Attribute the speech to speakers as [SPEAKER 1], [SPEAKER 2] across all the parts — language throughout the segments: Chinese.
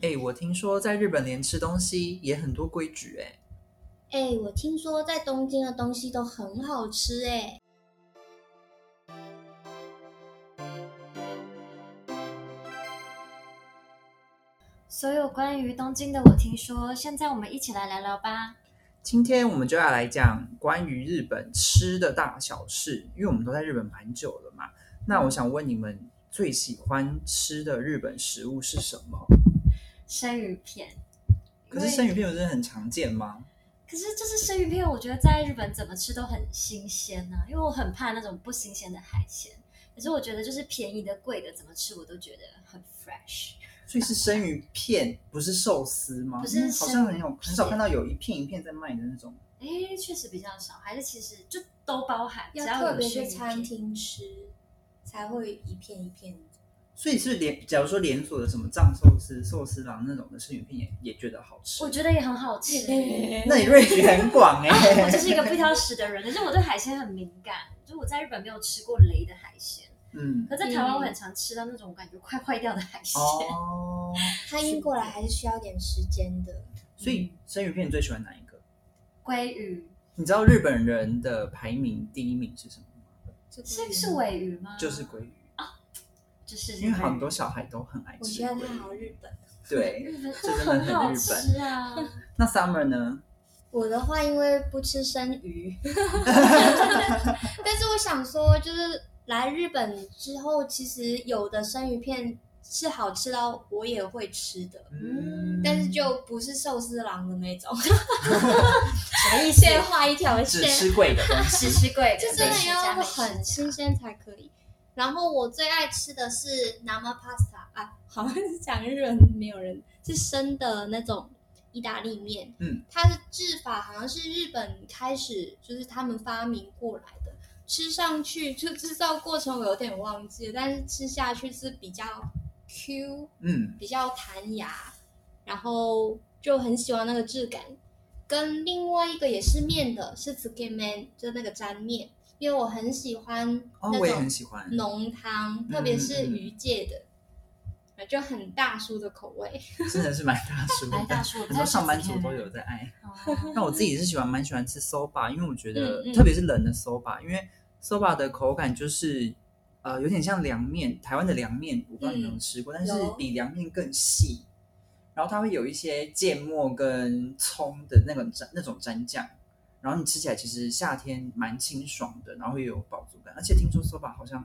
[SPEAKER 1] 哎，我听说在日本连吃东西也很多规矩哎。
[SPEAKER 2] 哎、我听说在东京的东西都很好吃哎、
[SPEAKER 3] 所有关于东京的我听说，现在我们一起来聊聊吧。
[SPEAKER 1] 今天我们就要来讲关于日本吃的大小事，因为我们都在日本蛮久了嘛。那我想问你们最喜欢吃的日本食物是什么？
[SPEAKER 3] 生鱼片，
[SPEAKER 1] 可是
[SPEAKER 3] 因为
[SPEAKER 1] 生鱼片不是很常见吗？
[SPEAKER 3] 可是就是生鱼片，我觉得在日本怎么吃都很新鲜呐、因为我很怕那种不新鲜的海鲜。可是我觉得就是便宜的、贵的，怎么吃我都觉得很 fresh。
[SPEAKER 1] 所以是生鱼片，不是寿司吗？
[SPEAKER 3] 不是
[SPEAKER 1] 因为好像很
[SPEAKER 3] 生鱼
[SPEAKER 1] 有
[SPEAKER 3] 片
[SPEAKER 1] 很少看到有一片一片在卖的那种。
[SPEAKER 3] 哎，确实比较少，还是其实就都包含，只
[SPEAKER 4] 要
[SPEAKER 3] 要
[SPEAKER 4] 特
[SPEAKER 3] 有
[SPEAKER 4] 别
[SPEAKER 3] 生
[SPEAKER 4] 去
[SPEAKER 3] 鱼
[SPEAKER 4] 餐
[SPEAKER 3] 片
[SPEAKER 4] 厅吃，才会一片一片的。
[SPEAKER 1] 所以是连，假如说连锁的什么藏寿司、寿司郎那种的生鱼片也也觉得好吃
[SPEAKER 3] 我。觉得也很 好 吃。
[SPEAKER 1] 那你瑞举很广哎、
[SPEAKER 3] 我 就是一个不挑食的人，可是我对海鲜很敏感，就我在日本没有吃过雷的海鲜，
[SPEAKER 1] 嗯，
[SPEAKER 3] 可在台湾我很常吃到那种感觉快坏掉的海鲜。
[SPEAKER 1] 哦，
[SPEAKER 4] 它运过来还是需要点时间的。
[SPEAKER 1] 所
[SPEAKER 4] 嗯
[SPEAKER 1] 以生鱼片你最喜欢哪一个？
[SPEAKER 3] 鲑鱼
[SPEAKER 1] 你知道日本人的排名第一名是什么吗？
[SPEAKER 4] 这个
[SPEAKER 3] 是是尾鱼吗？
[SPEAKER 4] 嗯
[SPEAKER 1] 就是鲑鱼，
[SPEAKER 3] 就是
[SPEAKER 1] 因为很多小孩都很爱
[SPEAKER 4] 我
[SPEAKER 1] 吃
[SPEAKER 4] 觉得它
[SPEAKER 1] 鲑
[SPEAKER 4] 好
[SPEAKER 1] 鱼。
[SPEAKER 4] 日本。
[SPEAKER 1] 对，
[SPEAKER 3] 日本
[SPEAKER 1] 这真的
[SPEAKER 3] 很好
[SPEAKER 1] 很日嗯
[SPEAKER 3] 吃 啊！
[SPEAKER 1] 那 Summer 呢？
[SPEAKER 4] 我的话，因为不吃生鱼，但是我想说，就是来日本之后，其实有的生鱼片是好吃到我也会吃的，
[SPEAKER 1] 嗯，
[SPEAKER 4] 但是就不是寿司郎的那种，
[SPEAKER 3] 什么意思？
[SPEAKER 4] 先画一条
[SPEAKER 1] 只
[SPEAKER 4] 线，
[SPEAKER 1] 吃贵的东西。
[SPEAKER 3] 只吃贵的，
[SPEAKER 4] 就真
[SPEAKER 3] 美
[SPEAKER 4] 的
[SPEAKER 3] 食
[SPEAKER 4] 要
[SPEAKER 3] 家美食
[SPEAKER 4] 很
[SPEAKER 3] 家
[SPEAKER 4] 新鲜才可以。然后我最爱吃的是 nama pasta 啊，好像是讲日文，没有人是生的那种意大利面。
[SPEAKER 1] 嗯，
[SPEAKER 4] 它的制法好像是日本开始就是他们发明过来的，吃上去就制造过程我有点忘记了，但是吃下去是比较 Q
[SPEAKER 1] 嗯，
[SPEAKER 4] 比较弹牙，然后就很喜欢那个质感。跟另外一个也是面的，是 s k i m a n 就那个粘面，因为我很喜欢
[SPEAKER 1] 哦，
[SPEAKER 4] 那
[SPEAKER 1] 我也很
[SPEAKER 4] 种
[SPEAKER 1] 喜欢。嗯
[SPEAKER 4] 浓汤，特别是鱼界的，啊就很大叔的口味。
[SPEAKER 1] 真的是蛮大叔的，
[SPEAKER 3] 蛮大叔的
[SPEAKER 1] 很多上班族都有在爱。
[SPEAKER 3] 哦
[SPEAKER 1] 那我自己是喜欢蛮喜欢吃 soba，因为我觉得、
[SPEAKER 4] 嗯嗯
[SPEAKER 1] 特别是冷的 soba，因为 soba 的口感就是呃有点像凉面，台湾的凉面我不知道你有没有吃过，但是
[SPEAKER 4] 嗯有
[SPEAKER 1] 比凉面更细，然后它会有一些芥末跟葱的那个蘸那种蘸酱。然后你吃起来其实夏天蛮清爽的，然后会有饱足感，而且听说 soba 好像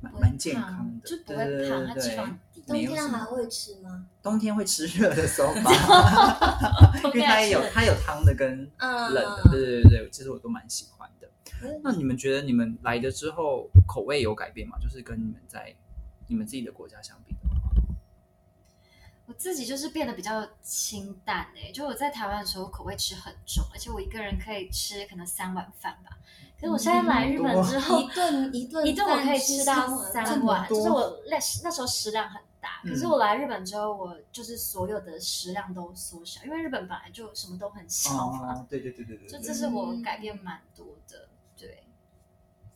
[SPEAKER 1] 蛮蛮健康的，
[SPEAKER 3] 就不
[SPEAKER 1] 对
[SPEAKER 3] 会
[SPEAKER 1] 对
[SPEAKER 3] 胖，它
[SPEAKER 1] 对
[SPEAKER 3] 脂
[SPEAKER 1] 对
[SPEAKER 3] 肪很低。
[SPEAKER 4] 冬
[SPEAKER 1] 没有
[SPEAKER 4] 天
[SPEAKER 1] 什么
[SPEAKER 4] 还会吃吗？
[SPEAKER 1] 冬天会吃热 的 soba，因为它也有它有汤的跟冷
[SPEAKER 4] 嗯，
[SPEAKER 1] 的，对对对对，其实我都蛮喜欢的
[SPEAKER 4] 嗯。
[SPEAKER 1] 那你们觉得你们来的之后口味有改变吗？就是跟你们在你们自己的国家相比的话，
[SPEAKER 3] 我自己就是变得比较清淡哎、就我在台湾的时候口味吃很重，而且我一个人可以吃可能三碗饭吧。可是我现在来日本之后，
[SPEAKER 4] 嗯一顿一顿
[SPEAKER 3] 一顿我可以吃到
[SPEAKER 4] 饭
[SPEAKER 1] 这
[SPEAKER 3] 三
[SPEAKER 1] 么
[SPEAKER 3] 碗，
[SPEAKER 1] 多
[SPEAKER 3] 就是我那时那时候食量很大。
[SPEAKER 1] 嗯
[SPEAKER 3] 可是我来日本之后，我就是所有的食量都缩小，因为日本本来就什么都很小嘛，
[SPEAKER 1] 哦，对对对对对，
[SPEAKER 3] 就
[SPEAKER 1] 对
[SPEAKER 3] 这是我改变蛮多的。 对，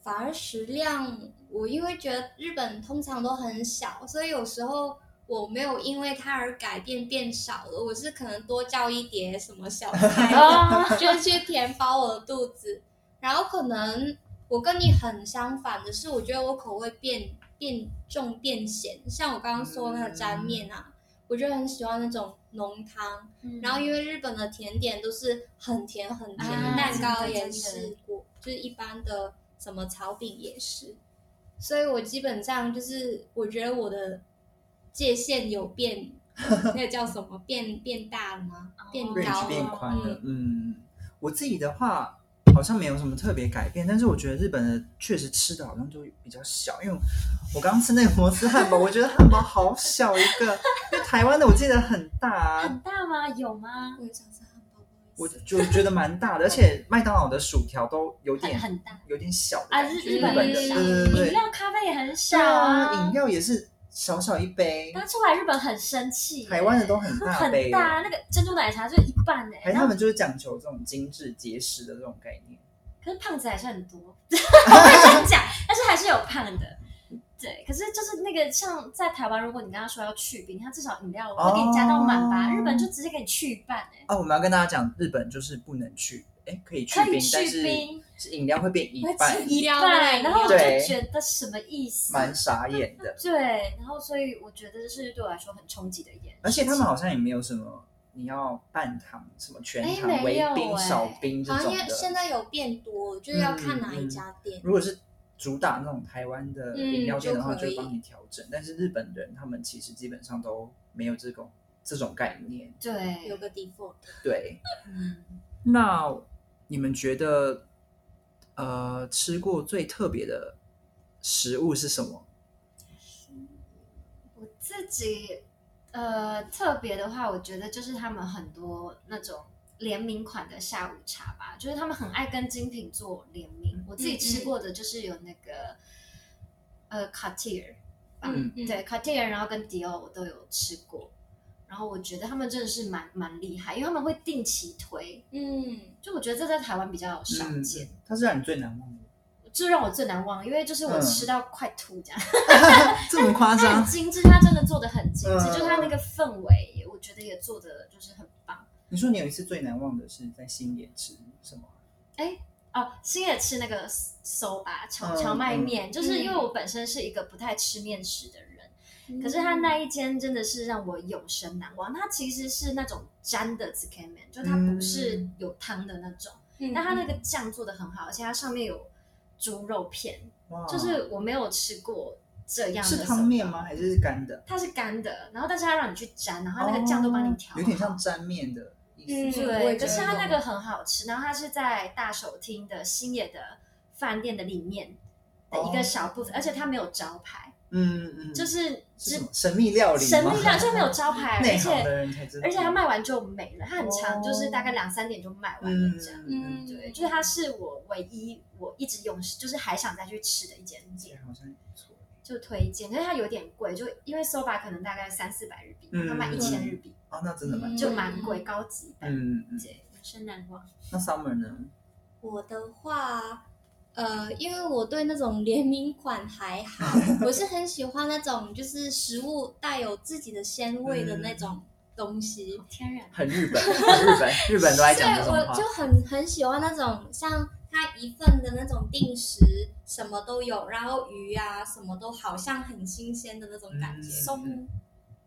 [SPEAKER 4] 反而食量，我因为觉得日本通常都很小，所以有时候我没有因为它而改变变少了，我是可能多叫一碟什么小 菜，
[SPEAKER 3] 啊，
[SPEAKER 4] 就去填饱我的肚子。然后可能我跟你很相反的是，我觉得我口味变变重变咸，像我刚刚说那个沾面啊，我就很喜欢那种浓汤。然后因为日本的甜点都是很甜很甜，
[SPEAKER 3] 啊
[SPEAKER 4] 蛋糕
[SPEAKER 3] 真的
[SPEAKER 4] 也
[SPEAKER 3] 真的
[SPEAKER 4] 试过，就是一般的什么炒饼也是，所以我基本上就是我觉得我的界限有变， 那个叫什么变变大了吗？变
[SPEAKER 3] 对
[SPEAKER 4] 高
[SPEAKER 1] range
[SPEAKER 4] 了，
[SPEAKER 1] 变宽了
[SPEAKER 4] 嗯。，
[SPEAKER 1] 嗯，我自己的话好像没有什么特别改变，但是我觉得日本的确实吃的好像就比较小，因为我刚刚吃那个摩斯汉堡，我觉得汉堡好小一个，因为台湾的我记得很大啊，
[SPEAKER 3] 很大吗？有吗？
[SPEAKER 4] 我也想吃汉堡，不好
[SPEAKER 1] 我
[SPEAKER 4] 意思
[SPEAKER 1] 就觉得蛮大的，而且麦当劳的薯条都有点
[SPEAKER 3] 很很大
[SPEAKER 1] 有点小的
[SPEAKER 3] 啊，
[SPEAKER 1] 感
[SPEAKER 3] 日
[SPEAKER 1] 觉，
[SPEAKER 3] 日
[SPEAKER 1] 日
[SPEAKER 3] 本
[SPEAKER 1] 本的，
[SPEAKER 3] 很
[SPEAKER 1] 对
[SPEAKER 3] 小，
[SPEAKER 1] 对对
[SPEAKER 3] 饮
[SPEAKER 1] 对，
[SPEAKER 3] 料咖啡也很
[SPEAKER 1] 对
[SPEAKER 3] 少
[SPEAKER 1] 啊，饮料也是小小一杯，
[SPEAKER 3] 拿出来日本很生气耶，
[SPEAKER 1] 台湾的都很大杯
[SPEAKER 3] 很
[SPEAKER 1] 了，
[SPEAKER 3] 大，那个珍珠奶茶就是一半哎、
[SPEAKER 1] 还是
[SPEAKER 3] 然
[SPEAKER 1] 他
[SPEAKER 3] 后
[SPEAKER 1] 们就是讲求这种精致节食的这种概念。
[SPEAKER 3] 可是胖子还是很多，我跟你讲，但是还是有胖的，对，可是就是那个像在台湾，如果你跟他说要去冰，他至少饮料会给你加到满吧。
[SPEAKER 1] 哦
[SPEAKER 3] 日本就直接给你去半哎、
[SPEAKER 1] 啊，我们要跟大家讲，日本就是不能去，哎，可以去
[SPEAKER 3] 可以
[SPEAKER 1] 冰，
[SPEAKER 3] 去
[SPEAKER 1] 但是
[SPEAKER 3] 冰
[SPEAKER 1] 是饮料会变一
[SPEAKER 3] 会
[SPEAKER 1] 半
[SPEAKER 3] 吃，一
[SPEAKER 4] 一半
[SPEAKER 3] 半，然后我就
[SPEAKER 1] 对
[SPEAKER 3] 觉得什么意思？
[SPEAKER 1] 蛮傻眼的。
[SPEAKER 3] 对，然后所以我觉得这是对我来说很冲击的一件事情。
[SPEAKER 1] 而且他们好像也没有什么你要半糖、什么全
[SPEAKER 3] 哎
[SPEAKER 1] 糖、
[SPEAKER 3] 没
[SPEAKER 1] 微
[SPEAKER 3] 有
[SPEAKER 1] 冰、
[SPEAKER 3] 哎
[SPEAKER 1] 少冰这
[SPEAKER 4] 好
[SPEAKER 1] 种
[SPEAKER 4] 像现现
[SPEAKER 1] 的。嗯
[SPEAKER 4] 在有变多，就是要看哪一家店。
[SPEAKER 1] 如果是主打那种台湾的饮料店的话，
[SPEAKER 4] 嗯就可
[SPEAKER 1] 就
[SPEAKER 4] 以
[SPEAKER 1] 帮你调整。但是日本人他们其实基本上都没有这种这种概念。
[SPEAKER 3] 对，
[SPEAKER 4] 有个 default，
[SPEAKER 1] 对，
[SPEAKER 3] 嗯
[SPEAKER 1] 那你们觉得呃吃过最特别的食物是什么？
[SPEAKER 3] 我自己呃特别的话，我觉得就是他们很多那种联名款的下午茶吧，就是他们很爱跟精品做联名。我自己
[SPEAKER 1] 嗯
[SPEAKER 3] 吃过的就是有那个、呃 Cartier，
[SPEAKER 1] 嗯
[SPEAKER 3] 对 Cartier，然后跟 Dior 我都有吃过。然后我觉得他们真的是蛮蛮厉害，因为他们会定期推，
[SPEAKER 4] 嗯，
[SPEAKER 3] 就我觉得这在台湾比较少
[SPEAKER 1] 嗯
[SPEAKER 3] 见，，
[SPEAKER 1] 它是让你最难忘的吗，
[SPEAKER 3] 这让我最难忘，因为就是我
[SPEAKER 1] 嗯
[SPEAKER 3] 吃到快吐这样。
[SPEAKER 1] 这么夸
[SPEAKER 3] 它很
[SPEAKER 1] 张？
[SPEAKER 3] 精致，它真的做的很精致，
[SPEAKER 1] 啊嗯
[SPEAKER 3] 就是它那个氛围也，我觉得也做的就是很棒。
[SPEAKER 1] 你说你有一次最难忘的是在新野吃什么？
[SPEAKER 3] 哦，新野吃那个 soba
[SPEAKER 1] 嗯
[SPEAKER 3] 荞荞麦面，就是
[SPEAKER 4] 嗯
[SPEAKER 3] 因为我本身是一个不太吃面食的人，
[SPEAKER 1] 嗯
[SPEAKER 3] 可是它那一间真的是让我永生难忘。它其实是那种粘的 z u k a m e n 就它不是有汤的那种，
[SPEAKER 4] 嗯，
[SPEAKER 3] 但它那个酱做的很好，而且它上面有猪肉片，
[SPEAKER 1] 哇，
[SPEAKER 3] 就是我没有吃过这样的
[SPEAKER 1] 嗯是
[SPEAKER 3] soba
[SPEAKER 1] 汤面吗？？还是干的？
[SPEAKER 3] 它是干的，然后但是它让你去沾，然后那个酱都帮你调好、
[SPEAKER 1] 哦有点像沾面的意思。
[SPEAKER 4] 嗯我
[SPEAKER 3] 对，
[SPEAKER 4] 也觉
[SPEAKER 3] 可
[SPEAKER 4] 得
[SPEAKER 3] 是它那个很好吃，然后它是在大手町的新野的饭店的里面的一个小部分，而且它没有招牌，
[SPEAKER 1] 嗯嗯，
[SPEAKER 3] 就是是
[SPEAKER 1] 什么神秘料理吗？
[SPEAKER 3] 神 秘料理，就没有招牌，
[SPEAKER 1] 内
[SPEAKER 3] 而
[SPEAKER 1] 行的
[SPEAKER 3] 且
[SPEAKER 1] 人才知道。
[SPEAKER 3] 而且它卖完就没了，它很长，
[SPEAKER 1] 哦
[SPEAKER 3] 就是大概两三点就卖完
[SPEAKER 1] 嗯
[SPEAKER 3] 了这样。
[SPEAKER 1] 嗯，
[SPEAKER 4] 嗯
[SPEAKER 3] 对，就是它是我唯一我一直用，就是还想再去吃的一间
[SPEAKER 1] 这
[SPEAKER 3] 店，
[SPEAKER 1] 样好像也不错。
[SPEAKER 3] 就推荐。可是它有点贵，就因为 soba 可能大概三四百日币，
[SPEAKER 1] 嗯
[SPEAKER 3] 它卖一千日币，
[SPEAKER 1] 哦，那真的蛮
[SPEAKER 4] 嗯
[SPEAKER 3] 就蛮贵，高级版。
[SPEAKER 1] 嗯嗯嗯。
[SPEAKER 3] 对，永生难忘。
[SPEAKER 1] 那 Summer 呢？
[SPEAKER 4] 我的话，呃，因为我对那种联名款还好，我是很喜欢那种就是食物带有自己的鲜味的
[SPEAKER 1] 嗯
[SPEAKER 4] 那种东西，
[SPEAKER 3] 天然。啊
[SPEAKER 1] 很日本，很日本，日本都爱讲这
[SPEAKER 4] 所
[SPEAKER 1] 种
[SPEAKER 4] 以我
[SPEAKER 1] 话
[SPEAKER 4] 就。很很喜欢那种像它一份的那种定时，什么都有，然后鱼啊什么都好像很新鲜的那种感觉。
[SPEAKER 1] 松木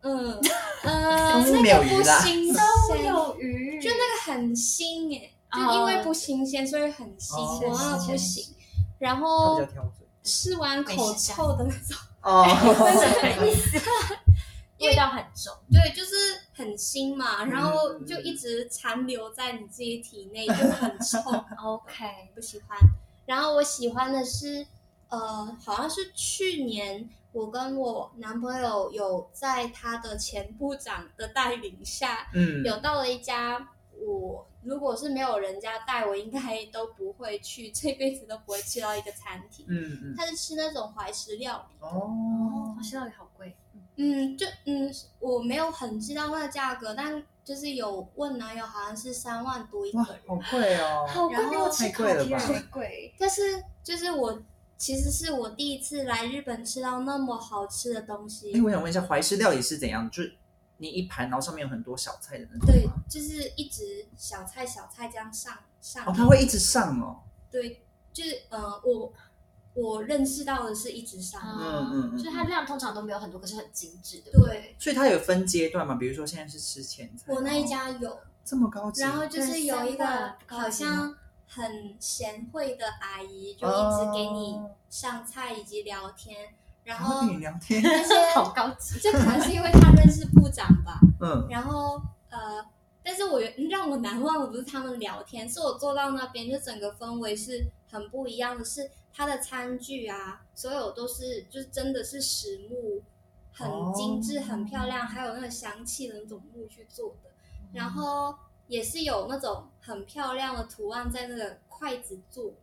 [SPEAKER 4] 嗯
[SPEAKER 1] 松
[SPEAKER 4] 呃，
[SPEAKER 1] 木
[SPEAKER 4] 那
[SPEAKER 1] 没有
[SPEAKER 4] 个
[SPEAKER 1] 鱼啊
[SPEAKER 4] 不
[SPEAKER 1] 啦
[SPEAKER 4] 新
[SPEAKER 3] 都
[SPEAKER 4] 鲜，
[SPEAKER 3] 有鱼，
[SPEAKER 4] 就那个很腥哎、就因为不新鲜，所以很腥，
[SPEAKER 1] 哦
[SPEAKER 4] 我那个不行。然
[SPEAKER 1] 他比
[SPEAKER 4] 后
[SPEAKER 1] 较挑嘴。
[SPEAKER 4] 吃完口臭的那种，
[SPEAKER 1] 哦，
[SPEAKER 3] 什么意思？味道很重，
[SPEAKER 4] 对，就是很腥嘛，然后
[SPEAKER 1] 嗯
[SPEAKER 4] 就一直残留在你自己体内，就很臭，
[SPEAKER 3] OK，
[SPEAKER 4] 不喜欢。然后我喜欢的是，呃，好像是去年我跟我男朋友有在他的前部长的带领下，
[SPEAKER 1] 嗯，
[SPEAKER 4] 有到了一家我如果是没有人家带，我应该都不会去，这辈子都不会去到一个餐厅。
[SPEAKER 1] 嗯嗯，
[SPEAKER 4] 他是吃那种怀石料理，
[SPEAKER 1] 哦，
[SPEAKER 3] 西到底好贵，
[SPEAKER 4] 嗯，就嗯，我没有很知道那个价格，但就是有问男友，好像是三万多一
[SPEAKER 1] 哇，
[SPEAKER 4] 个人。
[SPEAKER 1] 好贵哦。
[SPEAKER 3] 好贵，比我吃烤
[SPEAKER 1] 然后
[SPEAKER 3] 天
[SPEAKER 1] 太贵了
[SPEAKER 3] 还贵。
[SPEAKER 4] 但是就是我其实是我第一次来日本吃到那么好吃的东西
[SPEAKER 1] 哎，，我想问一下，怀石料理是怎样？就是你一盘，然后上面有很多小菜的那种
[SPEAKER 4] 对
[SPEAKER 1] 吗？，
[SPEAKER 4] 就是一直小菜小菜这样上上。
[SPEAKER 1] 哦，它会一直上哦。
[SPEAKER 4] 对，就是呃，我我认识到的是一直上。
[SPEAKER 3] 哦
[SPEAKER 1] 嗯嗯嗯
[SPEAKER 3] 就是它量通常都没有很多，可是很精致，对不对？
[SPEAKER 4] 对，
[SPEAKER 1] 所以它有分阶段嘛？比如说现在是吃前菜，
[SPEAKER 4] 我那一家有，
[SPEAKER 1] 这么高级，
[SPEAKER 4] 然后就是有一个
[SPEAKER 3] 对
[SPEAKER 4] 好像很贤惠的阿姨，就一直给你
[SPEAKER 1] 哦
[SPEAKER 4] 上菜以及聊天，然
[SPEAKER 1] 然后
[SPEAKER 4] 后
[SPEAKER 1] 跟你聊天，
[SPEAKER 4] 那些
[SPEAKER 3] 好高级。
[SPEAKER 4] 这可能是因为他认识部长吧，
[SPEAKER 1] 嗯，
[SPEAKER 4] 然后呃，但是我让我难忘的不是他们聊天，是我坐到那边就整个氛围是很不一样的，是他的餐具啊，所有都是就是真的是实木，很精致、
[SPEAKER 1] 哦
[SPEAKER 4] 很漂亮，还有那个香气的那种木去做的，然后也是有那种很漂亮的图案在那个筷子做。的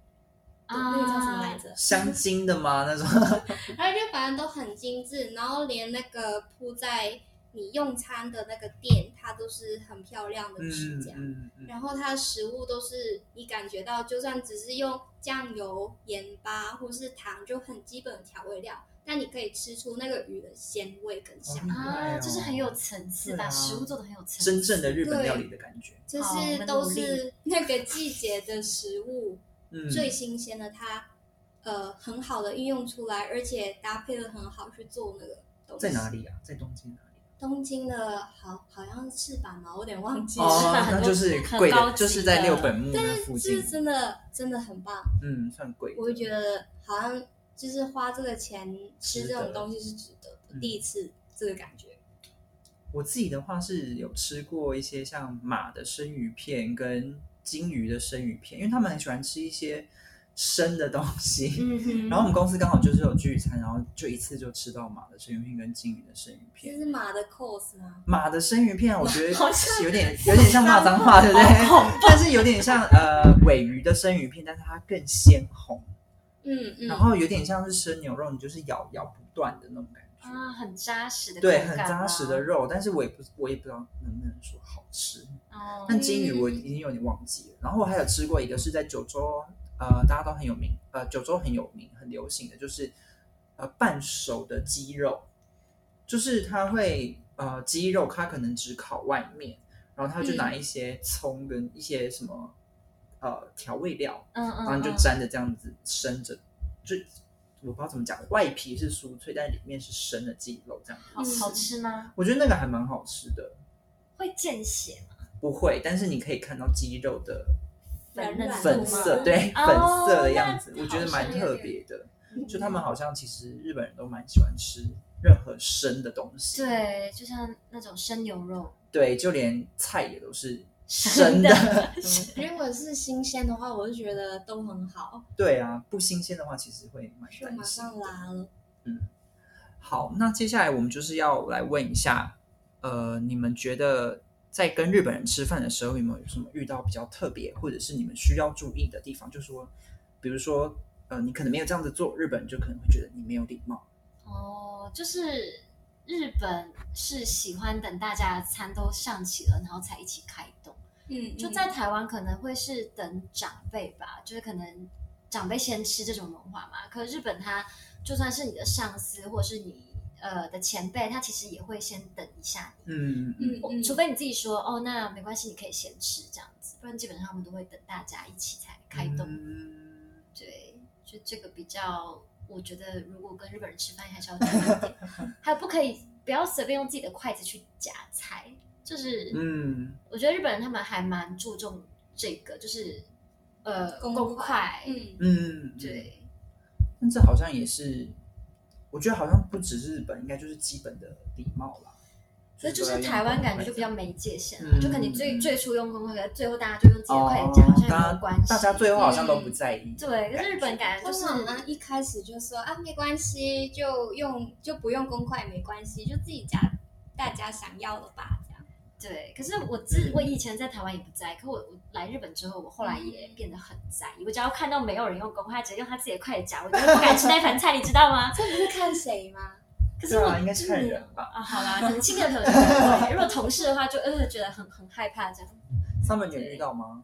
[SPEAKER 3] 啊
[SPEAKER 4] 那个叫什么来着？
[SPEAKER 1] 香精的吗？
[SPEAKER 4] 嗯
[SPEAKER 1] 那种
[SPEAKER 4] 然后就反正都很精致，然后连那个铺在你用餐的那个垫，它都是很漂亮的
[SPEAKER 1] 嗯
[SPEAKER 4] 纸这样。
[SPEAKER 1] 嗯嗯，
[SPEAKER 4] 然后它的食物都是你感觉到，就算只是用酱油、盐巴或是糖，就很基本的调味料，那你可以吃出那个鱼的鲜味跟香
[SPEAKER 1] 哦
[SPEAKER 4] 味，
[SPEAKER 3] 啊，就是很有层次，
[SPEAKER 1] 对啊
[SPEAKER 3] 把食物做的很有层次。
[SPEAKER 1] 真正的日本料理的感觉。
[SPEAKER 4] 就
[SPEAKER 3] 好我
[SPEAKER 4] 是
[SPEAKER 3] 们
[SPEAKER 4] 都
[SPEAKER 3] 努力
[SPEAKER 4] 是那个季节的食物。
[SPEAKER 1] 嗯，
[SPEAKER 4] 最新鲜的它，呃，很好的运用出来，而且搭配的很好去做那个东西。
[SPEAKER 1] 在哪？里啊？在东京哪里？
[SPEAKER 4] 东京的好好像是吧嘛，我有点忘记了。
[SPEAKER 1] 哦，
[SPEAKER 3] 很
[SPEAKER 1] 那
[SPEAKER 3] 多
[SPEAKER 1] 就是
[SPEAKER 3] 很
[SPEAKER 1] 贵
[SPEAKER 3] 高
[SPEAKER 1] 的，
[SPEAKER 3] 级
[SPEAKER 1] 就是在
[SPEAKER 3] 的
[SPEAKER 1] 六本木那附近
[SPEAKER 4] 是，真的真的很棒，
[SPEAKER 1] 嗯，算贵的。
[SPEAKER 4] 我会觉得好像就是花这个钱吃这种东西是值得
[SPEAKER 1] 嗯
[SPEAKER 4] 的。第一次这个感觉，
[SPEAKER 1] 我自己的话是有吃过一些像马的生鱼片跟金鱼的生鱼片，因为他们很喜欢吃一些生的东西。
[SPEAKER 3] 嗯哼，
[SPEAKER 1] 然后我们公司刚好就是有聚餐，然后就一次就吃到马的生鱼片跟金鱼的生鱼
[SPEAKER 4] 这
[SPEAKER 1] 片。
[SPEAKER 4] 是马的啊 cos 吗？
[SPEAKER 1] 马的生鱼片，我觉得
[SPEAKER 3] 好像
[SPEAKER 1] 有点有点像骂脏话，对不
[SPEAKER 3] 好
[SPEAKER 1] 对？但是有点像呃尾鱼的生鱼片，但是它更鲜红，
[SPEAKER 4] 嗯嗯，
[SPEAKER 1] 然后有点像是生牛肉，你就是咬咬不断的那种感觉。
[SPEAKER 3] 啊，很扎实的口
[SPEAKER 1] 对，
[SPEAKER 3] 感啊，
[SPEAKER 1] 很扎实的肉，但是我也不我也不知道能不能说好吃。
[SPEAKER 3] 哦。
[SPEAKER 1] 但金鱼我已经有点忘记了。然后我还有吃过一个是在九州，呃，大家都很有名，呃，九州很有名、很流行的就是呃半熟的鸡肉，就是它会呃鸡肉它可能只烤外面，然后它就拿
[SPEAKER 3] 嗯
[SPEAKER 1] 一些葱跟一些什么、呃调味料，
[SPEAKER 3] 嗯嗯，
[SPEAKER 1] 然后你就
[SPEAKER 3] 嗯
[SPEAKER 1] 沾着这样子生着，就我不知道怎么讲，外皮是酥脆，但里面是生的鸡肉这样子。
[SPEAKER 3] 好好吃吗？
[SPEAKER 1] 我觉得那个还蛮好吃的，
[SPEAKER 3] 嗯会见血吗？
[SPEAKER 1] 不会，但是你可以看到鸡肉的
[SPEAKER 4] 软
[SPEAKER 3] 粉
[SPEAKER 4] 软
[SPEAKER 1] 粉色，
[SPEAKER 4] 度吗，
[SPEAKER 1] 对，
[SPEAKER 3] 哦
[SPEAKER 1] 粉色的样子，
[SPEAKER 3] 那
[SPEAKER 1] 我觉得
[SPEAKER 3] 好像
[SPEAKER 1] 蛮
[SPEAKER 3] 有
[SPEAKER 1] 特
[SPEAKER 3] 点
[SPEAKER 1] 别的。
[SPEAKER 4] 嗯
[SPEAKER 1] 就他们好像其实日本人都蛮喜欢吃任何生的东西，
[SPEAKER 3] 对，就像那种生牛肉，
[SPEAKER 1] 对，就连菜也都是生
[SPEAKER 3] 生
[SPEAKER 1] 的。
[SPEAKER 4] 如果是新鲜的话，我就觉得都很好，
[SPEAKER 1] 对啊，不新鲜的话其实会蛮
[SPEAKER 4] 就
[SPEAKER 1] 担
[SPEAKER 4] 马
[SPEAKER 1] 心
[SPEAKER 4] 上
[SPEAKER 1] 的。
[SPEAKER 4] 拉了。
[SPEAKER 1] 好，那接下来我们就是要来问一下，呃，你们觉得在跟日本人吃饭的时候，有没有什么遇到比较特别，或者是你们需要注意的地方？就说，比如说，呃，你可能没有这样子做，日本人就可能会觉得你没有礼貌。
[SPEAKER 3] 哦，就是日本是喜欢等大家的餐都上齐了，然后才一起开动。
[SPEAKER 4] 嗯，
[SPEAKER 3] 就
[SPEAKER 4] 嗯
[SPEAKER 3] 在台湾可能会是等长辈吧，就是可能长辈先吃这种文化嘛。可是日本他就算是你的上司或是你呃的前辈，他其实也会先等一下你。
[SPEAKER 1] 嗯
[SPEAKER 4] 嗯
[SPEAKER 3] 我
[SPEAKER 4] 嗯，
[SPEAKER 3] 除非你自己说哦，那没关系，你可以先吃这样子，不然基本上他们都会等大家一起才开动。
[SPEAKER 1] 嗯
[SPEAKER 3] 对，就这个比较，我觉得如果跟日本人吃饭还是要注意一 点，还不可以不要随便用自己的筷子去夹菜，就是
[SPEAKER 1] 嗯
[SPEAKER 3] 我觉得日本人他们还蛮注重这个，就是呃
[SPEAKER 4] 公
[SPEAKER 3] 公筷，
[SPEAKER 4] 嗯，
[SPEAKER 1] 嗯，嗯。
[SPEAKER 3] 对，
[SPEAKER 1] 但这好像也是，我觉得好像不只是日本，应该就是基本的礼貌啦。
[SPEAKER 3] 所以就是台湾感觉就比较没界限了，
[SPEAKER 1] 嗯
[SPEAKER 3] 就可能你最
[SPEAKER 1] 嗯哦
[SPEAKER 3] 最初用公筷，最后大家就用自己的筷子夹，好像也没有关系。嗯
[SPEAKER 1] 大家最后好像都不在意。
[SPEAKER 3] 对，可是日本感觉
[SPEAKER 4] 通
[SPEAKER 3] 就是
[SPEAKER 4] 常呢，一开始就说啊，没关系，就用就不用公筷没关系，就自己夹大家想要的吧，这样。
[SPEAKER 3] 对，可是我自
[SPEAKER 1] 嗯
[SPEAKER 3] 我以前在台湾也不在，可我我来日本之后，我后来也变得很在意。我只要看到没有人用公筷，直接用他自己的筷子夹，我就会不敢吃那盘菜，你知 道吗？
[SPEAKER 4] 这不是看谁吗？
[SPEAKER 3] 可是
[SPEAKER 1] 对
[SPEAKER 3] 我、
[SPEAKER 1] 啊，应该是看人吧。
[SPEAKER 3] 啊，好啦，可能亲近的朋友就不会，如果同事的话就，呃觉得很很害怕这样。
[SPEAKER 1] 他们有遇到吗？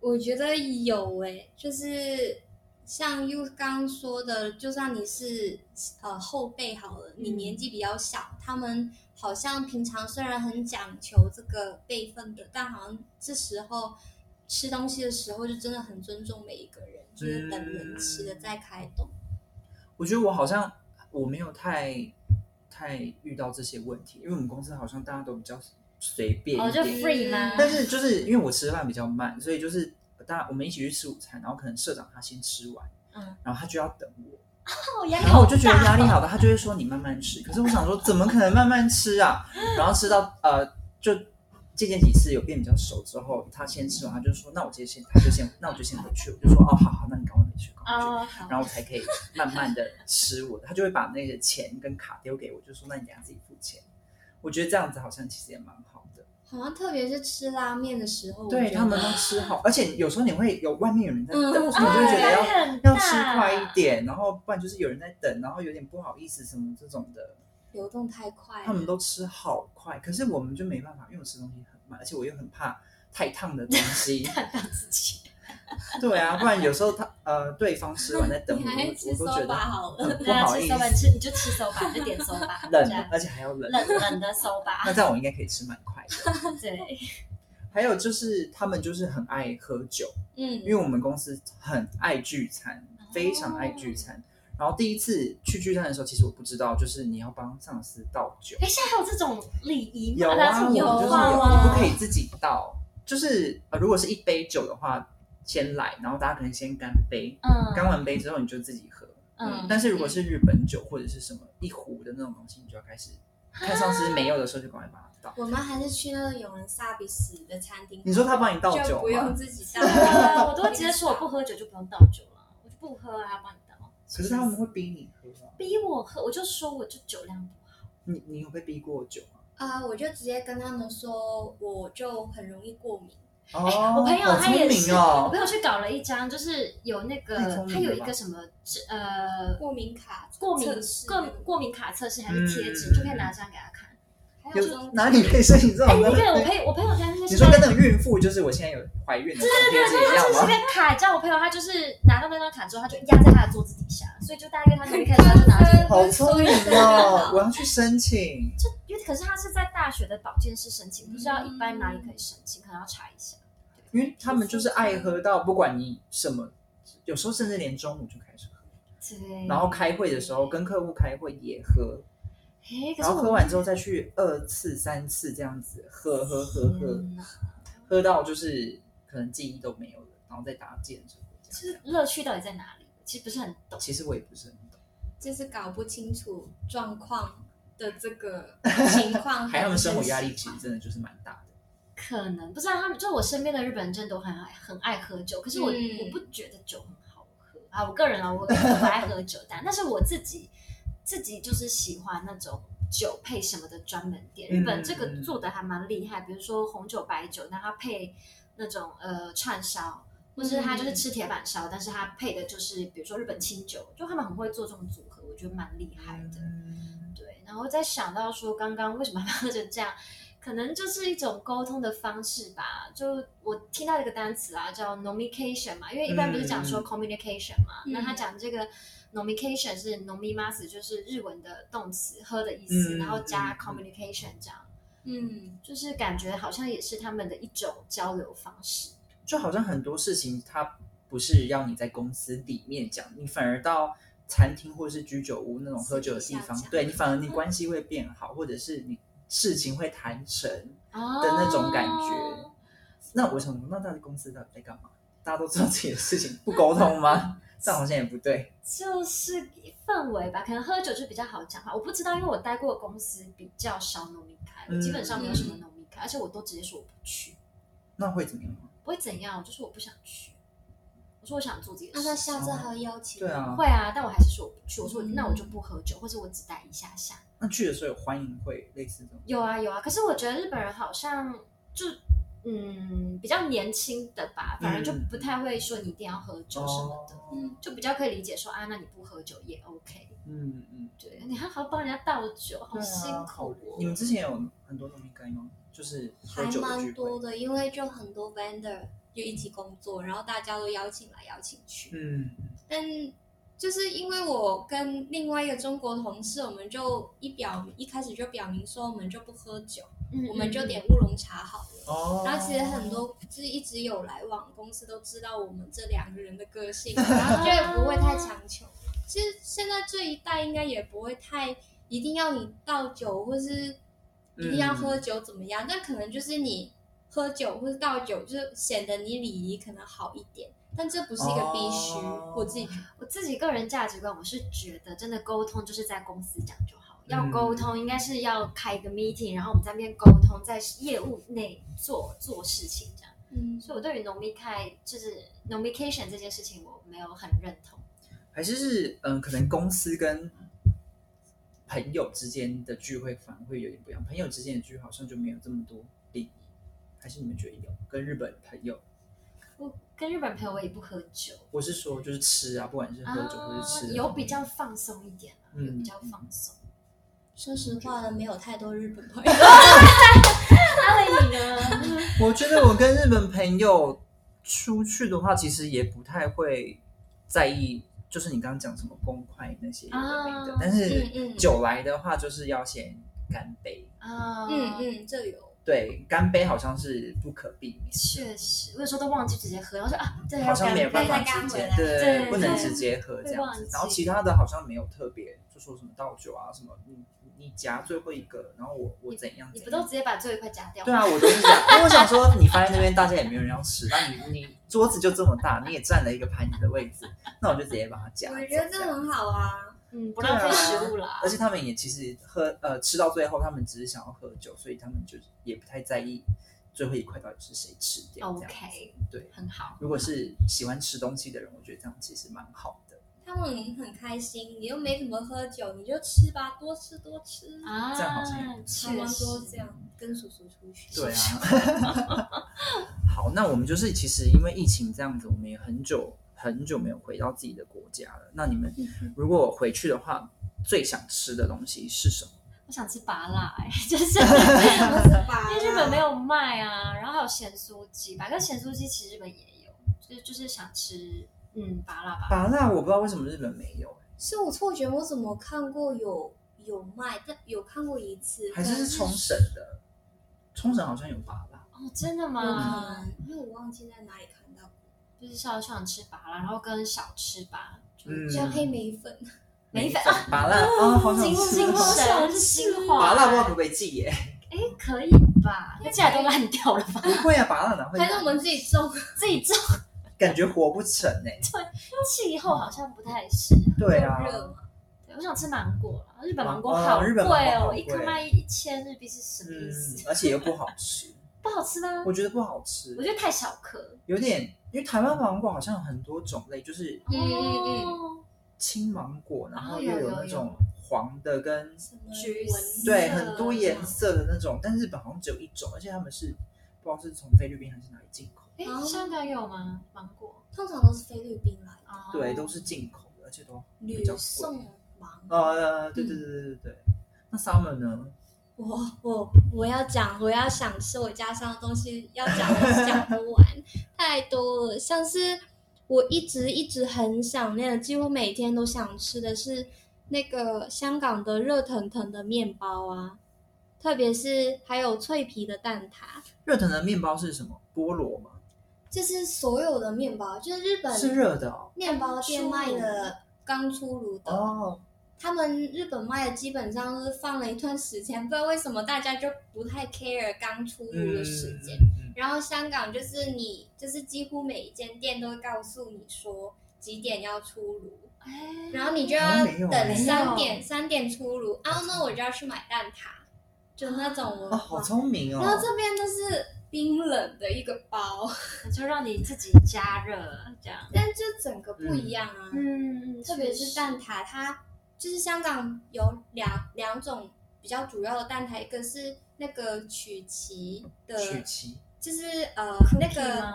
[SPEAKER 4] 我觉得有诶、就是像 U 刚说的，就算你是呃后辈好了，你
[SPEAKER 3] 嗯
[SPEAKER 4] 年纪比较小，他们好像平常虽然很讲求这个辈分的，但好像这时候吃东西的时候就真的很尊重每一个人，就是等人吃了再开动。
[SPEAKER 1] 我觉得我好像我没有太太遇到这些问题，因为我们公司好像大家都比较随便
[SPEAKER 3] 哦，
[SPEAKER 1] 一
[SPEAKER 3] 就
[SPEAKER 1] 点。
[SPEAKER 3] free 吗？
[SPEAKER 1] 但是就是因为我吃饭比较慢，所以就是大家我们一起去吃午餐，然后可能社长他先吃完，
[SPEAKER 3] 嗯，
[SPEAKER 1] 然后他就要等我。
[SPEAKER 3] 哦，压力
[SPEAKER 1] 然后
[SPEAKER 3] 好
[SPEAKER 1] 我就觉得压
[SPEAKER 3] 大。
[SPEAKER 1] 力好大，他就会说你慢慢吃。可是我想说，怎么可能慢慢吃啊？
[SPEAKER 3] 嗯
[SPEAKER 1] 然后吃到呃，就渐渐几次有变比较熟之后，他先吃完，他就说那我直接先，他就先，那我就先回去。我就说哦，好好，那你赶快回去，赶快回去。
[SPEAKER 3] 哦，好
[SPEAKER 1] 然后我才可以慢慢的吃我的，他就会把那个钱跟卡丢给我，就说那你等下自己付钱。我觉得这样子好像其实也蛮好的，
[SPEAKER 4] 好像特别是吃拉面的时候，我
[SPEAKER 1] 对
[SPEAKER 4] 觉得
[SPEAKER 1] 他们都吃好，而且有时候你会有外面有人在等，
[SPEAKER 4] 嗯
[SPEAKER 1] 所以我就会
[SPEAKER 3] 哦
[SPEAKER 1] 觉得
[SPEAKER 3] 压
[SPEAKER 1] 要
[SPEAKER 3] 力很大
[SPEAKER 1] 要吃快一点，然后不然就是有人在等，然后有点不好意思什么这种的，
[SPEAKER 4] 流动太快了，
[SPEAKER 1] 他们都吃好快，可是我 们就没办法，因为我吃东西很慢，而且我又很怕太烫的东西，
[SPEAKER 3] 看到自己。
[SPEAKER 1] 对啊，不然有时候他呃对方吃完在等我，
[SPEAKER 4] 你还吃
[SPEAKER 1] 我都觉
[SPEAKER 4] 手
[SPEAKER 1] 得
[SPEAKER 4] 把好了，啊
[SPEAKER 1] 很不
[SPEAKER 3] 大家
[SPEAKER 1] 好
[SPEAKER 3] 啊吃
[SPEAKER 1] 意
[SPEAKER 3] 手把，
[SPEAKER 1] 思。
[SPEAKER 3] 你吃你就吃手把，你就点手 把，
[SPEAKER 1] 冷的
[SPEAKER 3] 这样，
[SPEAKER 1] 而且还要冷。
[SPEAKER 3] 冷冷的手 把
[SPEAKER 1] 那，这样我应该可以吃蛮快的。
[SPEAKER 3] 对，
[SPEAKER 1] 还有就是他们就是很爱喝酒，因
[SPEAKER 4] 嗯，
[SPEAKER 1] 为我们公司很爱聚餐，非常爱聚餐。然后第一次去聚餐的时候，其实我不知道，就是你要帮上司倒酒。
[SPEAKER 3] 哎，现在还有这种礼仪
[SPEAKER 1] 有
[SPEAKER 3] 吗？大家
[SPEAKER 1] 啊，
[SPEAKER 3] 出
[SPEAKER 1] 我
[SPEAKER 3] 国
[SPEAKER 1] 们就是
[SPEAKER 3] 的
[SPEAKER 1] 有，
[SPEAKER 3] 话
[SPEAKER 1] 你不可以自己倒。就是呃，如果是一杯酒的话，先来，然后大家可能先干杯，干
[SPEAKER 3] 嗯
[SPEAKER 1] 完杯之后你就自己喝。
[SPEAKER 3] 嗯，
[SPEAKER 1] 但是如果是日本酒或者是什么一壶的那种东西，你就要开始
[SPEAKER 4] 啊
[SPEAKER 1] 看上司没有的时候就赶快把它倒。
[SPEAKER 4] 我们还是去那个有人萨比死的餐厅，
[SPEAKER 1] 你说他帮你倒
[SPEAKER 4] 就
[SPEAKER 1] 酒
[SPEAKER 4] 不用
[SPEAKER 1] 吗？
[SPEAKER 4] 自 己倒
[SPEAKER 3] 对啊，我都会直接说我不喝酒就不用倒酒了，我就不喝啊，帮你倒。
[SPEAKER 1] 可是他们会逼你喝啊。
[SPEAKER 3] 逼我喝，我就说我就酒量不好。
[SPEAKER 1] 你你有被逼过酒吗？
[SPEAKER 4] 啊、我就直接跟他们说，我就很容易过敏。
[SPEAKER 1] 哦，
[SPEAKER 3] 我朋友
[SPEAKER 1] 好
[SPEAKER 3] 他也
[SPEAKER 1] 聪
[SPEAKER 3] 是，
[SPEAKER 1] 明
[SPEAKER 3] 我
[SPEAKER 1] 哦
[SPEAKER 3] 朋。友去搞了一张，就是有那个
[SPEAKER 1] 太聪明
[SPEAKER 3] 他有
[SPEAKER 1] 了
[SPEAKER 3] 一
[SPEAKER 1] 吧
[SPEAKER 3] 个什么呃
[SPEAKER 4] 过敏卡
[SPEAKER 3] 过敏
[SPEAKER 4] 测试
[SPEAKER 3] 过过敏卡测试还是贴
[SPEAKER 1] 嗯
[SPEAKER 3] 纸，你就可以拿这张给他看。
[SPEAKER 4] 还有
[SPEAKER 1] 有
[SPEAKER 4] 中
[SPEAKER 1] 哪里可以申请这
[SPEAKER 3] 哎，
[SPEAKER 1] 种
[SPEAKER 3] 那
[SPEAKER 1] 东西？
[SPEAKER 3] 个我朋友我朋友他那
[SPEAKER 1] 你
[SPEAKER 3] 是
[SPEAKER 1] 说跟那个孕妇，就是我现在有怀孕的照片是一
[SPEAKER 3] 就
[SPEAKER 1] 样
[SPEAKER 3] 是
[SPEAKER 1] 吗？
[SPEAKER 3] 个卡，叫我朋友他就是拿到那张卡之后，他就压在他的桌子底下，所以就大约他离开的时候就拿 这个。
[SPEAKER 1] 好聪明哦！我要去申请。
[SPEAKER 3] 就因为可是他是在大学的保健室申请，不知道一般哪里可以申请，可能要查一下。
[SPEAKER 1] 因为他们就是爱喝到，不管你什么，有时候甚至连中午就开始喝，
[SPEAKER 3] 对。
[SPEAKER 1] 然后开会的时候跟客户开会也喝，
[SPEAKER 3] 哎，可
[SPEAKER 1] 然
[SPEAKER 3] 是
[SPEAKER 1] 后
[SPEAKER 3] 我
[SPEAKER 1] 喝完之后再去二次、三次这样子喝喝喝喝，
[SPEAKER 3] 天哪
[SPEAKER 1] 喝到就是可能记忆都没有了，然后再搭建车
[SPEAKER 3] 就
[SPEAKER 1] 这
[SPEAKER 3] 是
[SPEAKER 1] 样。
[SPEAKER 3] 乐趣到底在哪里？其实不是很懂。
[SPEAKER 1] 其实我也不是很懂，
[SPEAKER 4] 就是搞不清楚状况的这个情
[SPEAKER 3] 啊
[SPEAKER 4] 况，
[SPEAKER 1] 还有他们生活压力其实真的就是蛮大的。
[SPEAKER 3] 可能不知道他们，就我身边的日本人真的都很爱很爱喝酒，可是我、
[SPEAKER 4] 嗯
[SPEAKER 3] 我不觉得酒很好喝啊。我个人啊，我我不爱喝酒，但但是我自己自己就是喜欢那种酒配什么的专门店。
[SPEAKER 1] 嗯
[SPEAKER 3] 日本这个做的还蛮厉害，比如说红酒、白酒，那它配那种呃串烧，或是它
[SPEAKER 1] 嗯
[SPEAKER 3] 就是吃铁板烧，但是它配的就是比如说日本清酒，就他们很会做这种组合，我觉得蛮厉害的。
[SPEAKER 1] 嗯
[SPEAKER 3] 对，然后再想到说刚刚为什么要喝成这样，可能就是一种沟通的方式吧。就我听到一个单词啊，叫 nomication 嘛，因为一般不是讲说
[SPEAKER 1] 嗯
[SPEAKER 3] communication 嘛，
[SPEAKER 4] 嗯
[SPEAKER 3] 那他讲这个 nomication 是 nomimas，就是日文的动词“喝”的意思，
[SPEAKER 1] 嗯
[SPEAKER 3] 然后加
[SPEAKER 1] 嗯嗯
[SPEAKER 3] communication 这样，
[SPEAKER 4] 嗯，
[SPEAKER 3] 就是感觉好像也是他们的一种交流方式。
[SPEAKER 1] 就好像很多事情，它不是要你在公司里面讲，你反而到餐厅或是居酒屋那种喝酒的地
[SPEAKER 4] 私底
[SPEAKER 1] 方
[SPEAKER 4] 下，讲
[SPEAKER 1] 对你反而你关系会变好，或者是你事情会谈成的
[SPEAKER 3] 哦
[SPEAKER 1] 那种感觉。那我想，那他的公司到底在干嘛？大家都知道自己的事情，不沟通吗？这样好像也不对。
[SPEAKER 3] 就是氛围吧，可能喝酒就比较好讲话。我不知道，因为我待过的公司比较少农民开，我
[SPEAKER 1] 嗯
[SPEAKER 3] 基本上没有什么农民开，而且我都直接说我不去，
[SPEAKER 1] 那会怎么样？
[SPEAKER 3] 不会怎样，我就说我不想去，我说我想做自己的
[SPEAKER 4] 那
[SPEAKER 3] 事。
[SPEAKER 4] 他下次还会邀请？
[SPEAKER 1] 对，啊，
[SPEAKER 3] 会啊，但我还是说我不去。我说
[SPEAKER 4] 嗯
[SPEAKER 3] 那我就不喝酒，或者我只待一下下。
[SPEAKER 1] 那去的时候有欢迎会类似这种，
[SPEAKER 3] 有啊有啊，可是我觉得日本人好像就嗯比较年轻的吧，反正就不太会说你一定要喝酒什么的，
[SPEAKER 1] 哦
[SPEAKER 4] 嗯，
[SPEAKER 3] 就比较可以理解说啊，那你不喝酒也 OK。
[SPEAKER 1] 嗯嗯，
[SPEAKER 3] 对，你还好帮人家倒酒，好
[SPEAKER 1] 对啊
[SPEAKER 3] 辛苦哦。
[SPEAKER 1] 你们之前有很多农民该吗？就是喝
[SPEAKER 4] 还
[SPEAKER 1] 酒的聚
[SPEAKER 4] 蛮
[SPEAKER 1] 会
[SPEAKER 4] 多的，因为就很多 vendor 就一起工作，然后大家都邀请来邀请去，
[SPEAKER 1] 嗯，
[SPEAKER 4] 但。就是因为我跟另外一个中国同事，我们就一表一开始就表明说我们就不喝酒，
[SPEAKER 3] 嗯
[SPEAKER 4] 我们就
[SPEAKER 3] 嗯
[SPEAKER 4] 点乌龙茶好了。
[SPEAKER 1] 哦，
[SPEAKER 4] 然后其实很多就是一直有来往，公司都知道我们这两个人的个性，然后就也不会太强求。其实现在这一代应该也不会太一定要你倒酒或是一定要喝酒怎么样，但可能就是你喝酒或是倒酒，就是显得你礼仪可能好一点，但这不是一个必须。
[SPEAKER 1] 哦
[SPEAKER 4] 我自己觉得
[SPEAKER 3] 我自己个人价值观，我是觉得真的沟通就是在公司讲就好，要
[SPEAKER 1] 嗯
[SPEAKER 3] 沟通应该是要开一个 meeting，然后我们在那边沟通，在业务内做做事情这样。
[SPEAKER 4] 嗯，
[SPEAKER 3] 所以我对于 n o m i c 就是 nomication 这件事情，我没有很认同。
[SPEAKER 1] 还是是嗯，可能公司跟朋友之间的聚会反而会有点不一样，朋友之间的聚会好像就没有这么多礼仪，还是你们觉得有？跟日本朋友，
[SPEAKER 3] 我跟日本朋友我也不喝酒
[SPEAKER 1] 我是说就是吃啊，不管是喝酒或者吃的、
[SPEAKER 3] 有比较放松一点啊，
[SPEAKER 1] 嗯
[SPEAKER 3] 有比较放松。
[SPEAKER 4] 说实话呢，没有太多日本朋友。
[SPEAKER 3] 阿伟你呢？
[SPEAKER 1] 我觉得我跟日本朋友出去的话，其实也不太会在意，就是你刚刚讲什么公筷那些有的没的，
[SPEAKER 3] 啊
[SPEAKER 1] 但是
[SPEAKER 4] 嗯嗯
[SPEAKER 1] 酒来的话，就是要先干杯。
[SPEAKER 3] 啊，
[SPEAKER 4] 嗯，嗯，这有
[SPEAKER 1] 对，干杯好像是不可避免，
[SPEAKER 3] 确实，我有时候都忘记直接喝，然后说啊，对，
[SPEAKER 1] 好
[SPEAKER 3] 要
[SPEAKER 1] 像
[SPEAKER 3] 干
[SPEAKER 1] 没
[SPEAKER 3] 杯
[SPEAKER 1] 有办法
[SPEAKER 4] 再干
[SPEAKER 1] 直接，
[SPEAKER 4] 回来
[SPEAKER 1] 对，
[SPEAKER 3] 对
[SPEAKER 1] 不能
[SPEAKER 3] 对
[SPEAKER 1] 直接喝这
[SPEAKER 3] 会
[SPEAKER 1] 样
[SPEAKER 3] 忘
[SPEAKER 1] 子
[SPEAKER 3] 记。
[SPEAKER 1] 然后其他的好像没有特别，就说什么倒酒啊，什么你你夹最后一个，然后我我怎样
[SPEAKER 3] 你
[SPEAKER 1] 怎
[SPEAKER 3] 不都
[SPEAKER 1] 样
[SPEAKER 3] 直。接把最后一块夹掉吗？
[SPEAKER 1] 对啊，我都是这样，因为我想说，你放在那边，大家也没有人要吃，那你你桌子就这么大，你也占了一个盘子的位置，那我就直接把它夹走。
[SPEAKER 4] 我觉得这
[SPEAKER 1] 样
[SPEAKER 4] 很好啊。
[SPEAKER 3] 嗯，不浪费食物哦啦
[SPEAKER 1] 而。且他们也其实喝呃吃到最后，他们只是想要喝酒，所以他们就也不太在意最后一块到底是谁吃掉。这样子
[SPEAKER 3] OK，
[SPEAKER 1] 对，
[SPEAKER 3] 很好。
[SPEAKER 1] 如果是喜欢吃东西的人，我觉得这样其实蛮好的。
[SPEAKER 4] 他们很开心，你又没怎么喝酒，你就吃吧，多吃多吃。
[SPEAKER 3] 啊，
[SPEAKER 1] 这样好像也
[SPEAKER 4] 他
[SPEAKER 3] 确
[SPEAKER 4] 们
[SPEAKER 3] 实
[SPEAKER 4] 都这样跟叔叔出去。
[SPEAKER 1] 对啊。 好，那我们就是其实因为疫情这样子，我们也很久很久没有回到自己的国家了。那你们
[SPEAKER 4] 啊
[SPEAKER 1] 如果回去的话，最想吃的东西是什么？
[SPEAKER 3] 我想吃拔辣、哎， 就是
[SPEAKER 4] 吧
[SPEAKER 3] 因为日本没有卖啊，然后还有咸酥鸡吧，但咸酥鸡其实日本也有，就是就是想吃嗯拔辣吧，
[SPEAKER 1] 麻辣啊我不知道为什么日本没有、欸
[SPEAKER 4] 是我错觉，我怎么看过有有卖，但有看过一次，
[SPEAKER 1] 还是
[SPEAKER 4] 可能
[SPEAKER 1] 是冲绳的？冲绳好像有麻辣。
[SPEAKER 3] 哦真的
[SPEAKER 4] 有
[SPEAKER 3] 吗？
[SPEAKER 1] 嗯
[SPEAKER 4] 可能，啊因为我忘记在哪里看到过，
[SPEAKER 3] 就是小时候想吃拔辣，然后跟小吃吧，就是
[SPEAKER 1] 嗯
[SPEAKER 4] 像黑莓粉，
[SPEAKER 3] 梅粉
[SPEAKER 1] 啊，麻辣啊，好想
[SPEAKER 3] 金
[SPEAKER 1] 吃
[SPEAKER 3] 金
[SPEAKER 1] 哦！
[SPEAKER 3] 神是性 化，
[SPEAKER 1] 麻辣不知道可不可以寄耶？
[SPEAKER 3] 哎可以吧？那既然都烂掉了吧，
[SPEAKER 1] 不会啊，麻辣哪会
[SPEAKER 4] 还是我
[SPEAKER 1] 烂？
[SPEAKER 4] 们自己种？
[SPEAKER 3] 自己种
[SPEAKER 1] 感觉活不成呢。
[SPEAKER 3] 气候好像不太适合。
[SPEAKER 1] 对啊，
[SPEAKER 4] 热
[SPEAKER 3] 哦
[SPEAKER 4] 嘛，
[SPEAKER 3] 对我想吃芒果啦，日本芒果
[SPEAKER 1] 芒
[SPEAKER 3] 好
[SPEAKER 1] 哦日
[SPEAKER 3] 贵
[SPEAKER 1] 本芒果好
[SPEAKER 3] 哦，
[SPEAKER 1] 贵
[SPEAKER 3] 一颗卖一千日币是什么意
[SPEAKER 1] 嗯
[SPEAKER 3] 思？，
[SPEAKER 1] 而且又不好吃，
[SPEAKER 3] 不好吃吗？
[SPEAKER 1] 我觉得不好吃
[SPEAKER 3] 我，觉得太小颗。
[SPEAKER 1] 有点因为台湾芒果好像有很多种类，就是
[SPEAKER 4] 嗯嗯
[SPEAKER 3] 嗯，
[SPEAKER 1] 青芒果，然后
[SPEAKER 3] 哦
[SPEAKER 1] 又
[SPEAKER 3] 有
[SPEAKER 1] 有
[SPEAKER 3] 有
[SPEAKER 1] 那
[SPEAKER 3] 有
[SPEAKER 1] 种黄的跟
[SPEAKER 4] 什么啊
[SPEAKER 3] 橘
[SPEAKER 4] 文
[SPEAKER 1] 对
[SPEAKER 3] 色
[SPEAKER 1] 很多颜色的那种，但日本好像只有一种，而且他们是不知道是从菲律宾还是哪里进口，
[SPEAKER 3] 哎，
[SPEAKER 4] 哦
[SPEAKER 3] 香港有吗？芒果？
[SPEAKER 4] 通常都是菲律宾来的，
[SPEAKER 3] 哦
[SPEAKER 1] 对，都是进口的，而且都比
[SPEAKER 4] 吕
[SPEAKER 1] 较贵。
[SPEAKER 4] 宋芒。
[SPEAKER 1] 呃，对对对对对对。那 summer 呢？
[SPEAKER 4] 我我我要讲，我要想吃我家乡的东西，要讲我讲不完，太多了。像是我一直一直很想念的，几乎每天都想吃的是那个香港的热腾腾的面包啊，特别是还有脆皮的蛋挞，
[SPEAKER 1] 热腾的面包是什么？菠萝吗？
[SPEAKER 4] 就是所有的面包，就是日
[SPEAKER 1] 是
[SPEAKER 4] 本
[SPEAKER 1] 热的哦。
[SPEAKER 4] 面包店卖的刚出炉的。
[SPEAKER 1] 哦，
[SPEAKER 4] 他们日本卖的基本上都是放了一段时间，不知道为什么大家就不太 care 刚出炉的时间。
[SPEAKER 1] 嗯
[SPEAKER 4] 然后香港就是你，就是几乎每一间店都会告诉你说几点要出炉，
[SPEAKER 3] 哎，
[SPEAKER 4] 然后你就
[SPEAKER 1] 好
[SPEAKER 4] 要
[SPEAKER 1] 像没有欸
[SPEAKER 4] 等三点，三点出炉，啊，那我就要去买蛋挞，就那种
[SPEAKER 1] 嗯
[SPEAKER 4] 文
[SPEAKER 1] 哦，
[SPEAKER 4] 化。
[SPEAKER 1] 好聪明
[SPEAKER 4] 然后
[SPEAKER 1] 哦。
[SPEAKER 4] 这边都是冰冷的一个包，
[SPEAKER 3] 我就让你自己加热这样。
[SPEAKER 4] 但就整个不一样啊，
[SPEAKER 3] 嗯
[SPEAKER 4] 特别是蛋挞，它就是香港有两两种比较主要的蛋挞，一个是那个曲奇的，
[SPEAKER 1] 曲奇，
[SPEAKER 4] 就是呃那
[SPEAKER 3] 那
[SPEAKER 4] 个。
[SPEAKER 3] 个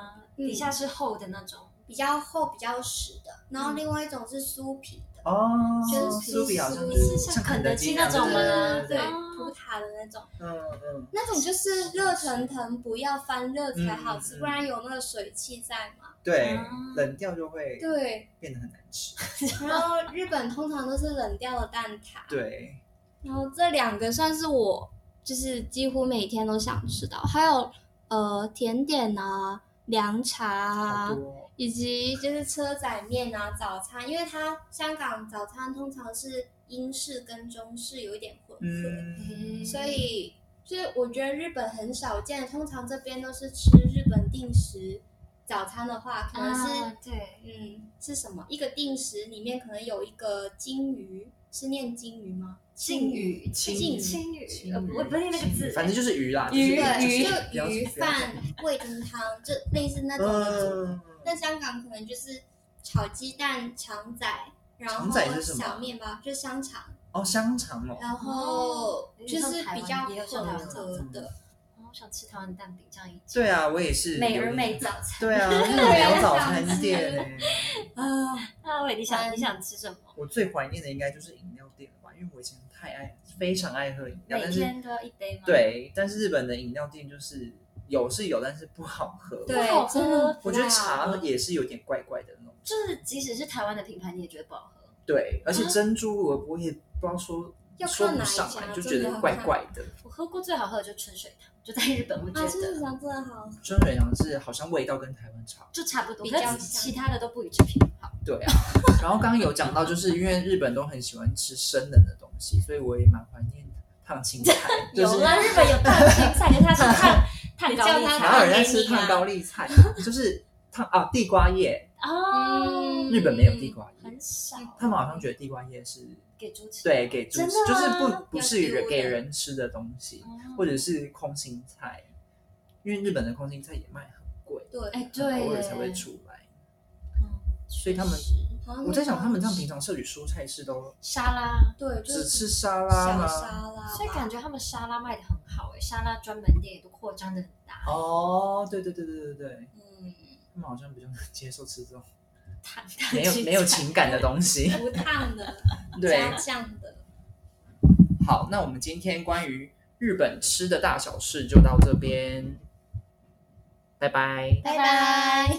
[SPEAKER 3] 底下是厚的那种，
[SPEAKER 4] 比较厚、比较实的，然后另外一种是酥皮的，
[SPEAKER 1] 哦，
[SPEAKER 4] 就是
[SPEAKER 1] 酥皮好像就是像
[SPEAKER 3] 像
[SPEAKER 1] 肯
[SPEAKER 3] 肯
[SPEAKER 1] 德
[SPEAKER 3] 德
[SPEAKER 1] 基
[SPEAKER 3] 基那种
[SPEAKER 1] 吗？
[SPEAKER 3] 吗
[SPEAKER 1] 对对对对
[SPEAKER 3] 哦
[SPEAKER 4] 葡挞的那种，
[SPEAKER 1] 嗯嗯，
[SPEAKER 4] 那种就是热腾腾，不要翻热才好
[SPEAKER 1] 嗯
[SPEAKER 4] 吃，
[SPEAKER 1] 嗯嗯
[SPEAKER 4] 不然有那个水汽在嘛。
[SPEAKER 1] 对
[SPEAKER 3] 嗯，
[SPEAKER 1] 冷掉就会
[SPEAKER 4] 对，
[SPEAKER 1] 变得很难吃。
[SPEAKER 4] 然后日本通常都是冷掉的蛋挞，
[SPEAKER 1] 对，
[SPEAKER 4] 然后这两个算是我就是几乎每天都想吃到，还有呃甜点啊、凉茶
[SPEAKER 1] 好
[SPEAKER 4] 啊，
[SPEAKER 1] 多哦
[SPEAKER 4] 以及就是车仔面啊，早餐，因为它香港早餐通常是英式跟中式有一点混合，
[SPEAKER 1] 嗯，
[SPEAKER 3] 嗯
[SPEAKER 4] 所以就是我觉得日本很少见，通常这边都是吃日本定时早餐的话，可能是、
[SPEAKER 3] 啊对，
[SPEAKER 4] 嗯是什么一个定时里面可能有一个金鱼，是念金鱼吗？
[SPEAKER 3] 静语
[SPEAKER 1] 青
[SPEAKER 3] 静
[SPEAKER 1] 鱼
[SPEAKER 3] 青鱼
[SPEAKER 1] 青，
[SPEAKER 3] 呃
[SPEAKER 1] 鱼
[SPEAKER 3] 我不是那个
[SPEAKER 1] 青鱼
[SPEAKER 3] 字，
[SPEAKER 1] 反正就是鱼啦，就
[SPEAKER 3] 鱼
[SPEAKER 1] 是
[SPEAKER 4] 对，
[SPEAKER 1] 就是不
[SPEAKER 4] 就
[SPEAKER 1] 要
[SPEAKER 4] 鱼
[SPEAKER 1] 不要
[SPEAKER 4] 饭、味噌汤，就类似那种的组合。
[SPEAKER 1] 嗯，
[SPEAKER 4] 那香港可能就是炒鸡蛋、肠仔，然
[SPEAKER 1] 肠
[SPEAKER 4] 后
[SPEAKER 1] 仔是什么
[SPEAKER 4] 小面包，就是香肠，
[SPEAKER 1] 哦，香肠哦，
[SPEAKER 4] 然后就是比较
[SPEAKER 3] 有哦点像
[SPEAKER 4] 混
[SPEAKER 3] 台湾也有
[SPEAKER 4] 合的
[SPEAKER 3] 哦我想吃台湾蛋饼这样一起。
[SPEAKER 1] 对啊，我也是
[SPEAKER 4] 美而
[SPEAKER 1] 有
[SPEAKER 4] 美
[SPEAKER 1] 点
[SPEAKER 4] 早餐。
[SPEAKER 1] 对啊，日本有早餐 店欸。
[SPEAKER 4] 啊，
[SPEAKER 3] 那伟，你
[SPEAKER 1] 嗯
[SPEAKER 3] 想你想吃什么？
[SPEAKER 1] 我最怀念的应该就是饮料店了吧，因为我以前太爱，非常爱喝饮料，
[SPEAKER 3] 每
[SPEAKER 1] 但是
[SPEAKER 3] 天都要一杯吗？，
[SPEAKER 1] 对，但是日本的饮料店就是有是有，但是不好喝。
[SPEAKER 3] 对
[SPEAKER 4] 不好喝
[SPEAKER 3] 真的
[SPEAKER 1] 我觉得
[SPEAKER 4] 啊
[SPEAKER 1] 茶也是有点怪怪的那种。
[SPEAKER 3] 就是即使是台湾的品牌，你也觉得不好 喝。
[SPEAKER 1] 对，而且珍珠我我也不知道说
[SPEAKER 4] 啊要
[SPEAKER 1] 说
[SPEAKER 4] 看
[SPEAKER 1] 不
[SPEAKER 4] 哪一
[SPEAKER 1] 上
[SPEAKER 4] 家
[SPEAKER 1] 来，就
[SPEAKER 4] 真
[SPEAKER 1] 觉
[SPEAKER 4] 的
[SPEAKER 1] 得
[SPEAKER 4] 要
[SPEAKER 1] 怪
[SPEAKER 4] 看
[SPEAKER 1] 怪的。
[SPEAKER 3] 我喝过最好喝的就是春水堂，就在日本，我觉
[SPEAKER 4] 啊，真
[SPEAKER 3] 得、
[SPEAKER 4] 的讲真的好，
[SPEAKER 1] 春水堂是好像味道跟台湾差不多。
[SPEAKER 3] 就差不多，
[SPEAKER 4] 比较
[SPEAKER 3] 可
[SPEAKER 4] 像
[SPEAKER 3] 是其他的都不予置评。好，
[SPEAKER 1] 对啊， 然后刚刚有讲到，就是因为日本都很喜欢吃生冷的东西，所以我也蛮怀念烫青菜，就是
[SPEAKER 3] 有啦，日本有烫青菜，可是它是烫烫 高丽
[SPEAKER 4] 叫
[SPEAKER 1] 哪
[SPEAKER 4] 它
[SPEAKER 1] 有
[SPEAKER 3] 菜
[SPEAKER 1] 人在吃
[SPEAKER 4] 烫
[SPEAKER 1] 烫高丽菜？就是烫啊地瓜叶，
[SPEAKER 3] 哦，
[SPEAKER 1] 日本没有地瓜叶，
[SPEAKER 3] 很少。
[SPEAKER 1] 他们好像觉得地瓜叶是
[SPEAKER 3] 给猪吃，
[SPEAKER 1] 对给猪
[SPEAKER 3] 真
[SPEAKER 1] 吃
[SPEAKER 3] 的，
[SPEAKER 1] 就
[SPEAKER 3] 吗
[SPEAKER 1] 是不不是
[SPEAKER 4] 要丢
[SPEAKER 1] 人
[SPEAKER 4] 的
[SPEAKER 1] 给人吃的东西，或
[SPEAKER 3] 哦
[SPEAKER 1] 者是空心菜，因为日本的空心菜也卖很贵，
[SPEAKER 4] 对，
[SPEAKER 3] 哎，对，
[SPEAKER 1] 偶尔才会出来。
[SPEAKER 3] 嗯，
[SPEAKER 1] 所以他们
[SPEAKER 3] 确实
[SPEAKER 4] 好像
[SPEAKER 1] 我在想，
[SPEAKER 4] 那个
[SPEAKER 1] 他们这样平常摄取蔬菜是都
[SPEAKER 3] 沙拉，
[SPEAKER 4] 对，就
[SPEAKER 1] 只
[SPEAKER 4] 是
[SPEAKER 1] 吃沙拉
[SPEAKER 4] 小
[SPEAKER 1] 吗？
[SPEAKER 4] 沙拉，
[SPEAKER 3] 所以感觉他们沙拉卖的很好哎，沙拉专门店也都扩张的很大。
[SPEAKER 1] 哦，对对对对对对，
[SPEAKER 4] 嗯，
[SPEAKER 1] 他们好像比较能接受吃这种
[SPEAKER 3] 烫
[SPEAKER 1] 没有没有情感的东西。
[SPEAKER 4] 不烫的，
[SPEAKER 1] 对
[SPEAKER 4] 加，酱的，
[SPEAKER 1] 好，那我们今天关于日本吃的大小事就到这边，拜拜。
[SPEAKER 4] 拜拜。